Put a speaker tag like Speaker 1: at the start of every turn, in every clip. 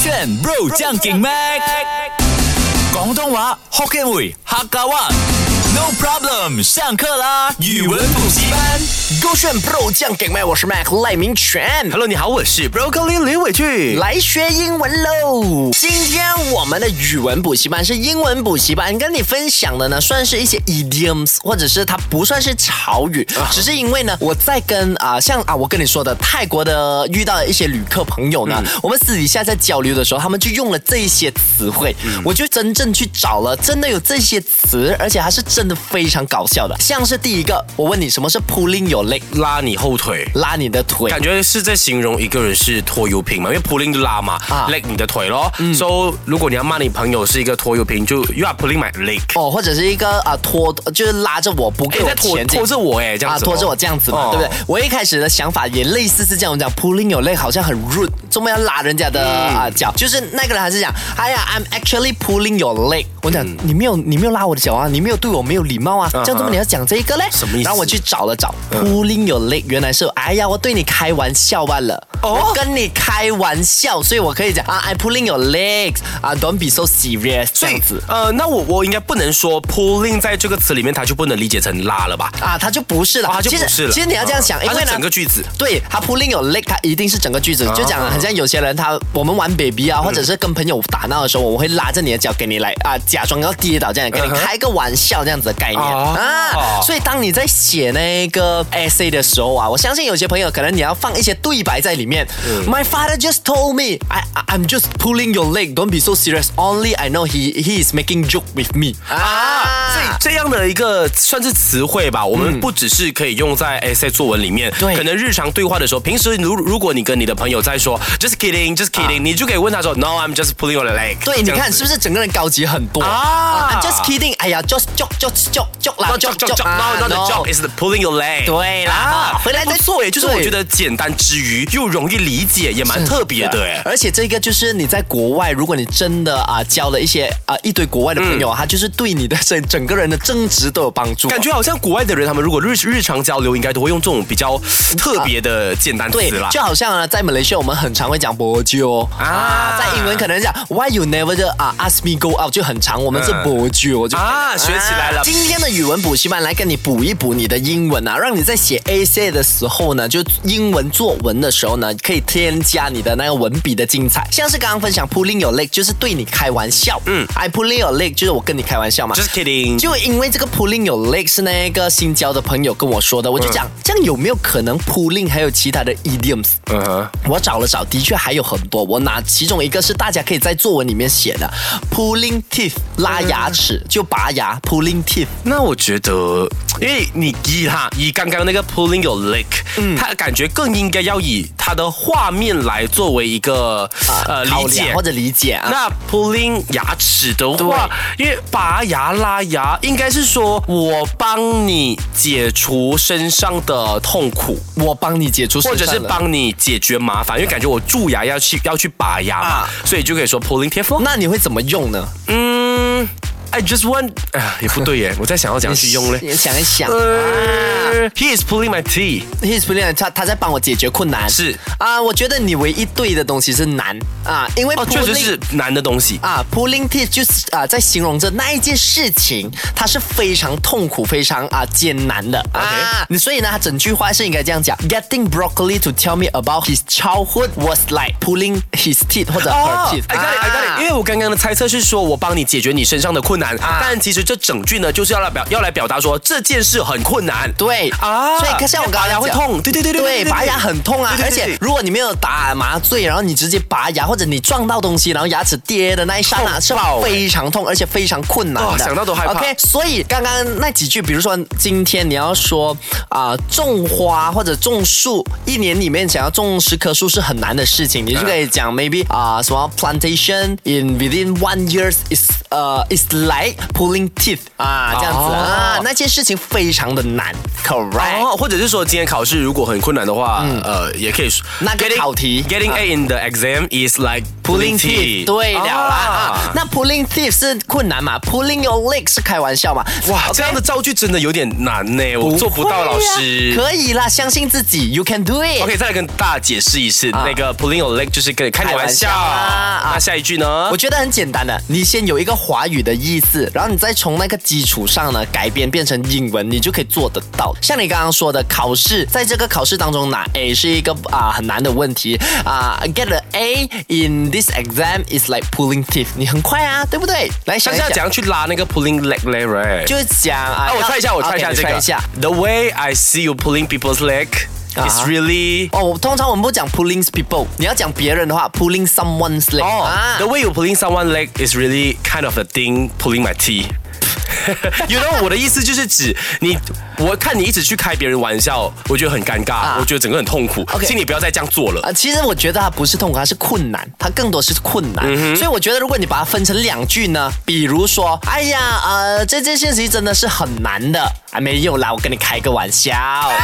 Speaker 1: 选 bro 将劲 mac，广东话 Hokkien 语客家话。No problem，上课啦！语文补习班。
Speaker 2: 勾选 Pro 酱给麦，我是 Mac 赖明全。
Speaker 3: Hello，你好，我是 Broccoli 刘伟俊。
Speaker 2: 来学英文喽！今天我们的语文补习班是英文补习班，跟你分享的呢，算是一些 idioms，或者是它不算是潮语，
Speaker 3: 啊
Speaker 2: 只是因为呢，我在跟啊、像啊，我跟你说的泰国的遇到的一些旅客朋友呢，
Speaker 3: 嗯
Speaker 2: 我们私底下在交流的时候，他们就用了这一些词汇，
Speaker 3: 嗯
Speaker 2: 我就真正去找了，真的有这些词，而且还是真的非常搞笑的，像是第一个，我问你什么是 pulling your leg，
Speaker 3: 拉你后腿，
Speaker 2: 拉你的腿，
Speaker 3: 感觉是在形容一个人是拖油瓶嘛，因为 pulling 就拉嘛、
Speaker 2: 啊嗯
Speaker 3: l e g 你的腿咯。so 如果你要骂你朋友是一个拖油瓶，就 you are pulling my leg，
Speaker 2: 哦，或者是一个啊、拖，就是拉着我不给
Speaker 3: 你
Speaker 2: 我
Speaker 3: 在拖
Speaker 2: 前进。
Speaker 3: 拖着我哎，这样
Speaker 2: 啊，
Speaker 3: 子、
Speaker 2: 拖着我这。样子嘛，
Speaker 3: 哦
Speaker 2: 对不对？我一开始的想法也类似是这样，我讲 pulling your leg 好像很 rude，怎么要拉人家的、啊脚？就是那个人还是讲，哎呀，I'm actually pulling your leg。我
Speaker 3: 嗯
Speaker 2: 讲、你没有你没有拉我的脚啊，你没有对我没有礼貌啊，这样怎么你要讲这一个嘞？
Speaker 3: 什么意思
Speaker 2: 然后我去找了找、pulling
Speaker 3: 嗯
Speaker 2: your leg，原来是哎呀，我对你开玩笑罢了，
Speaker 3: 哦
Speaker 2: 我跟你开玩笑，所以我可以讲啊，I'm pulling your legs，啊，don't be so serious 这
Speaker 3: 所以
Speaker 2: 样子。
Speaker 3: 呃，那我我应该不能说 pulling 在这个词里面，它就不能理解成拉了吧？
Speaker 2: 啊，它就不是了，
Speaker 3: 哦它就不是了
Speaker 2: 其实其实你要这样想，
Speaker 3: 嗯
Speaker 2: 因为
Speaker 3: 它
Speaker 2: 呢，
Speaker 3: 是整个句子
Speaker 2: 对，它 pulling your leg，它一定是整个句子。就讲
Speaker 3: 啊嗯
Speaker 2: 很像有些人他，我们玩 baby 啊，或者是跟朋友打闹的时候，我会拉着你的脚给你来啊，假装要跌倒这样，跟你
Speaker 3: 嗯哼
Speaker 2: 开个玩笑这样子的概念
Speaker 3: 哦
Speaker 2: 啊。所以当你在写那个 essay 的时候啊，我相信有些朋友可能你要放一些对白在里面。My
Speaker 3: 嗯
Speaker 2: father just told me I I- I'm just pulling your leg. Don't be so serious. Only I know he he is making joke with me.
Speaker 3: 啊，
Speaker 2: 啊嗯
Speaker 3: 这这样的一个算是词汇吧，我们不只是可以用在 essay 作文里面，
Speaker 2: 对
Speaker 3: 可能日常对话的时候，平时如如果你跟你的朋友在说 just kidding，just kidding，、你就可以问他说 no，I'm just pulling your leg，
Speaker 2: 啊对，你
Speaker 3: 这样
Speaker 2: 看
Speaker 3: 子
Speaker 2: 是不是整个人高级很多
Speaker 3: 啊
Speaker 2: ？I'm just kidding，哎呀，just joke just joke joke 啦
Speaker 3: 那 job
Speaker 2: ，joke
Speaker 3: job
Speaker 2: joke
Speaker 3: job no not the
Speaker 2: 啊 no
Speaker 3: job is the pulling your leg。
Speaker 2: 对啦
Speaker 3: 啊
Speaker 2: 啊回来
Speaker 3: 不
Speaker 2: 再
Speaker 3: 错耶，就是我
Speaker 2: 对
Speaker 3: 觉得简单之余又容易理解，也蛮特别的哎。
Speaker 2: 而且这个就是啊你在国外，如果你真的啊交了一些啊一堆国外的朋
Speaker 3: 嗯
Speaker 2: 友，他就是对你的整整个人的增值都有帮助。啊
Speaker 3: 感觉好像国外的人，他们如果日日常交流，应该都会用这种比较特别的简单词
Speaker 2: 对
Speaker 3: 啦，。
Speaker 2: 就好像啊，在马来西亚我们很常会讲博酒
Speaker 3: 啊
Speaker 2: 啊，在英文可能讲 Why you never 就啊 ask me go out 就很长，我们是
Speaker 3: 嗯
Speaker 2: 博酒就可以了
Speaker 3: 啊学起来了
Speaker 2: 今天的语文补习班来跟你补一补你的英文啊，让你在写 A C 的时候呢，就英文作文的时候呢，可以添加你的那个文笔的精彩。像是刚刚分享 pulling your leg 就是对你开玩笑，嗯，I pulling your leg 就是我跟你开玩笑嘛，
Speaker 3: just kidding。
Speaker 2: 就因为这个 pulling your leg 是那个新交的朋友跟我说的，我就讲、这样有没有可能 pulling 还有其他的 idioms？
Speaker 3: 嗯哼
Speaker 2: 我找了找，的确还有很多。我拿其中一个是大家可以在作文里面写的 pulling teeth 拉牙齿，就拔牙 pulling teeth。
Speaker 3: 那我觉得，因为你以他以刚刚那个 pulling your leg，嗯，他感觉更应该要以他的画面来作为一个、呃
Speaker 2: 啊考
Speaker 3: 理
Speaker 2: 量
Speaker 3: 解
Speaker 2: 或者理解啊，
Speaker 3: 那 pulling 牙齿的话，因为拔牙拉牙，应该是说我帮你解除身上的痛苦，
Speaker 2: 我帮你解除，
Speaker 3: 或者是帮你解决麻烦，因为感觉我蛀牙要去要去拔牙嘛，
Speaker 2: 啊
Speaker 3: 所以就可以说 pulling teeth 咯。
Speaker 2: 那你会怎么用呢？
Speaker 3: 嗯，I just want，哎呀，也不对耶，我在想要怎样去用嘞。
Speaker 2: 你想一想。啊
Speaker 3: 呃，He is pulling my teeth。
Speaker 2: He's brilliant，他他在帮我解决困难。
Speaker 3: 是
Speaker 2: 啊、我觉得你唯一对的东西是难啊，因为
Speaker 3: 哦，确实
Speaker 2: pulling-
Speaker 3: 是难的东西。
Speaker 2: 啊，pulling teeth 就是啊，在形容着那一件事情，它是非常痛苦、非常啊艰难的
Speaker 3: OK
Speaker 2: 啊。你所以呢，它整句话是应该这样讲：Getting broccoli to tell me about his childhood was like pulling his teeth 或者 her
Speaker 3: 哦
Speaker 2: teeth。
Speaker 3: ，I got it, I got
Speaker 2: 啊
Speaker 3: it。因为我刚刚的猜测是说我帮你解决你身上的困难，
Speaker 2: 啊
Speaker 3: 但其实这整句呢就是要来表要来表达说这件事很困难。
Speaker 2: 对
Speaker 3: 啊
Speaker 2: 所以看像我刚刚
Speaker 3: 拔牙会
Speaker 2: 讲
Speaker 3: 痛对对对对对对
Speaker 2: 对，
Speaker 3: 对
Speaker 2: 拔牙很痛啊，
Speaker 3: 对对对对
Speaker 2: 而且如果你没有打麻醉，然后你直接拔牙，或者你撞到东西，然后牙齿跌的那一刹那
Speaker 3: 痛
Speaker 2: 是
Speaker 3: 爆欸
Speaker 2: 非常痛，而且非常困难
Speaker 3: 哦
Speaker 2: 的，
Speaker 3: 想到都害怕
Speaker 2: OK，所以刚刚那几句，比如说今天你要说啊、种花或者种树，一年里面想要种十棵树是很啊难的事情，你就可以讲 maybe 啊、什么 plantation in within one years is 呃，is like pulling teeth 啊，这样子、
Speaker 3: 哦
Speaker 2: 啊，那件事情非常的难，correct，、
Speaker 3: 哦，或者是说今天考试如果很困难的话，呃，也可以说
Speaker 2: 嗯那个
Speaker 3: getting-
Speaker 2: 考题
Speaker 3: getting A in the exam is like pulling teeth。
Speaker 2: 对了啦、
Speaker 3: 啊
Speaker 2: 啊，那 pulling teeth 是困难嘛，pulling your leg 是开玩笑嘛，
Speaker 3: 哇
Speaker 2: OK 啊
Speaker 3: 这样的造句真的有点难呢，我做不到，老师。
Speaker 2: 可以啦，相信自己，you can do it。
Speaker 3: OK，再来跟大家解释一次，
Speaker 2: 啊
Speaker 3: 那个 pulling your leg 就是跟你开你玩笑。
Speaker 2: 开玩笑啦啊
Speaker 3: 那下一句呢
Speaker 2: 我？觉得很简单的，你先有一个华语的意思，然后你再从那个基础上呢改编变成英文，你就可以做得到。像你刚刚说的，考试在这个考试当中拿 A 是一个啊、很难的问题啊、g e t an A in this exam is like pulling teeth，你很快啊，对不对？来想一
Speaker 3: 但是要
Speaker 2: 想
Speaker 3: 怎，样去拉那个 pulling leg 嘞？Right？
Speaker 2: 就是讲啊，
Speaker 3: 啊，我猜一下，我猜一下
Speaker 2: OK，你
Speaker 3: 这个。
Speaker 2: 一下。
Speaker 3: The way I see you pulling people's leg
Speaker 2: 啊
Speaker 3: is really
Speaker 2: 哦，我通常我们不讲 pulling people，你要讲别人的话，pulling someone's leg、
Speaker 3: 哦、
Speaker 2: 啊
Speaker 3: t h e。way you pulling someone leg is really kind of the thing pulling my teeth。you know 我的意思就是指你，我看你一直去开别人玩笑，我觉得很尴尬，我觉得整个很痛苦
Speaker 2: 啊 OK
Speaker 3: 请你不要再这样做了。
Speaker 2: 啊，其实我觉得它不是痛苦，它是困难，它更多是困
Speaker 3: 嗯
Speaker 2: 难。所以我觉得，如果你把它分成两句呢，比如说，哎呀，呃，这件事情真的是很难的，啊，没有啦，我跟你开个玩 笑，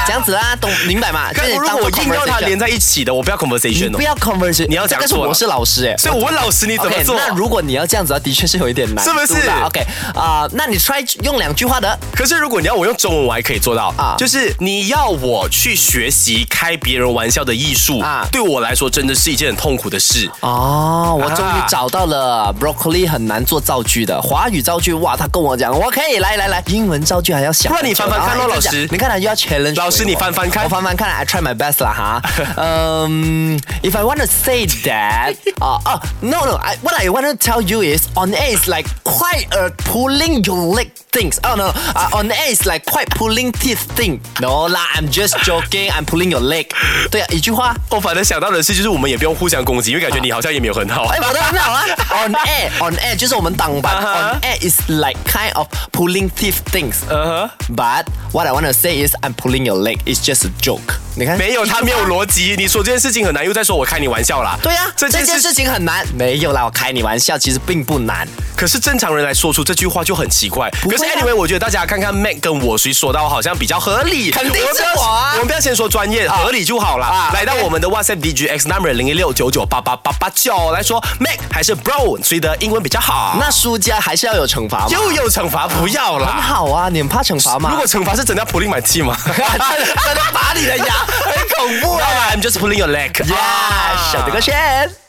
Speaker 2: 这样子啦，懂明白吗？
Speaker 3: 看，
Speaker 2: 呃就是
Speaker 3: 如
Speaker 2: 当
Speaker 3: 果我
Speaker 2: 做
Speaker 3: 硬要它
Speaker 2: conversation
Speaker 3: 连在一起的，我不要 conversation
Speaker 2: 你
Speaker 3: 哦
Speaker 2: 不。要 conversation，
Speaker 3: 你要
Speaker 2: 这
Speaker 3: 讲
Speaker 2: 个是
Speaker 3: 错了
Speaker 2: 我是老师哎、
Speaker 3: 所以我问老师 你怎么
Speaker 2: OK，
Speaker 3: 做？
Speaker 2: 那如果你要这样子的话，的确是有一点难
Speaker 3: 是
Speaker 2: 度
Speaker 3: 不
Speaker 2: 啦，
Speaker 3: 是
Speaker 2: o k 啊、那你 try 用两句话的
Speaker 3: 可是如果你要我用中文，我还可以做到
Speaker 2: 啊
Speaker 3: 就是你要我去学习开别人玩笑的艺术
Speaker 2: 啊
Speaker 3: 对我来说真的是一件很痛苦的事。
Speaker 2: 哦，我终于
Speaker 3: 啊
Speaker 2: 找到了 broccoli 很难做造句的华语造句，哇，他跟我讲，我可以来来来，英文造句还要想
Speaker 3: 不
Speaker 2: 很久，
Speaker 3: 然你翻翻看咯
Speaker 2: 然后一直
Speaker 3: 老师
Speaker 2: 讲你看啊他又要 challenge
Speaker 3: 老师
Speaker 2: 我
Speaker 3: 你翻翻看
Speaker 2: 我翻翻看，I try my best 啦 哈，嗯，if I want to say that，啊哦，no no，I what I want to tell you is on A is like quite a pulling your leg things，oh no，啊 on A is like quite pulling teeth thing，no 啦，I'm just joking，I'm pulling your leg，对啊，一句话。
Speaker 3: 我哦反正想到的是，就是我们也不用互相攻击，因为感觉你好像也没有很好。
Speaker 2: 哎，我的很好啊。On air, on air 就是我们挡板。
Speaker 3: Uh-huh.
Speaker 2: On air is like kind of pulling teeth things.
Speaker 3: Uh-huh
Speaker 2: But what I want to say is I'm pulling your leg. It's just a joke. 你看，
Speaker 3: 没有，他没有逻辑。你说这件事情很难，又在说我开你玩笑啦。
Speaker 2: 对啊，
Speaker 3: 这
Speaker 2: 这
Speaker 3: 件
Speaker 2: 件
Speaker 3: 事
Speaker 2: 事情很难。没有啦，我开你玩笑，其实并不难。
Speaker 3: 可是正常人来说出这句话就很奇怪。
Speaker 2: 会
Speaker 3: 可
Speaker 2: 啊
Speaker 3: 是 anyway，我觉得大家看看 Mac 跟我谁说到好像比较合理，
Speaker 2: 肯定
Speaker 3: 我们不要
Speaker 2: 是我啊
Speaker 3: 我们不要先说专业，合理就好啦。
Speaker 2: 啊
Speaker 3: 来到
Speaker 2: OK
Speaker 3: 我们的 WhatsApp DGX number 零一六九九八八八八九来说，Mac 还是 Bro 谁的英文比较好？
Speaker 2: 那输家还是要有惩罚嘛。
Speaker 3: 又哦有惩罚，不要
Speaker 2: 很
Speaker 3: 啦。
Speaker 2: 好啊，你很怕惩罚吗？
Speaker 3: 如果惩罚是真的要 pulling my 啊 teeth 吗？
Speaker 2: 真的真的拔你的牙，很恐怖
Speaker 3: 不
Speaker 2: 啊。
Speaker 3: 啦，I'm just pulling your leg。啊
Speaker 2: Yeah，小德哥炫。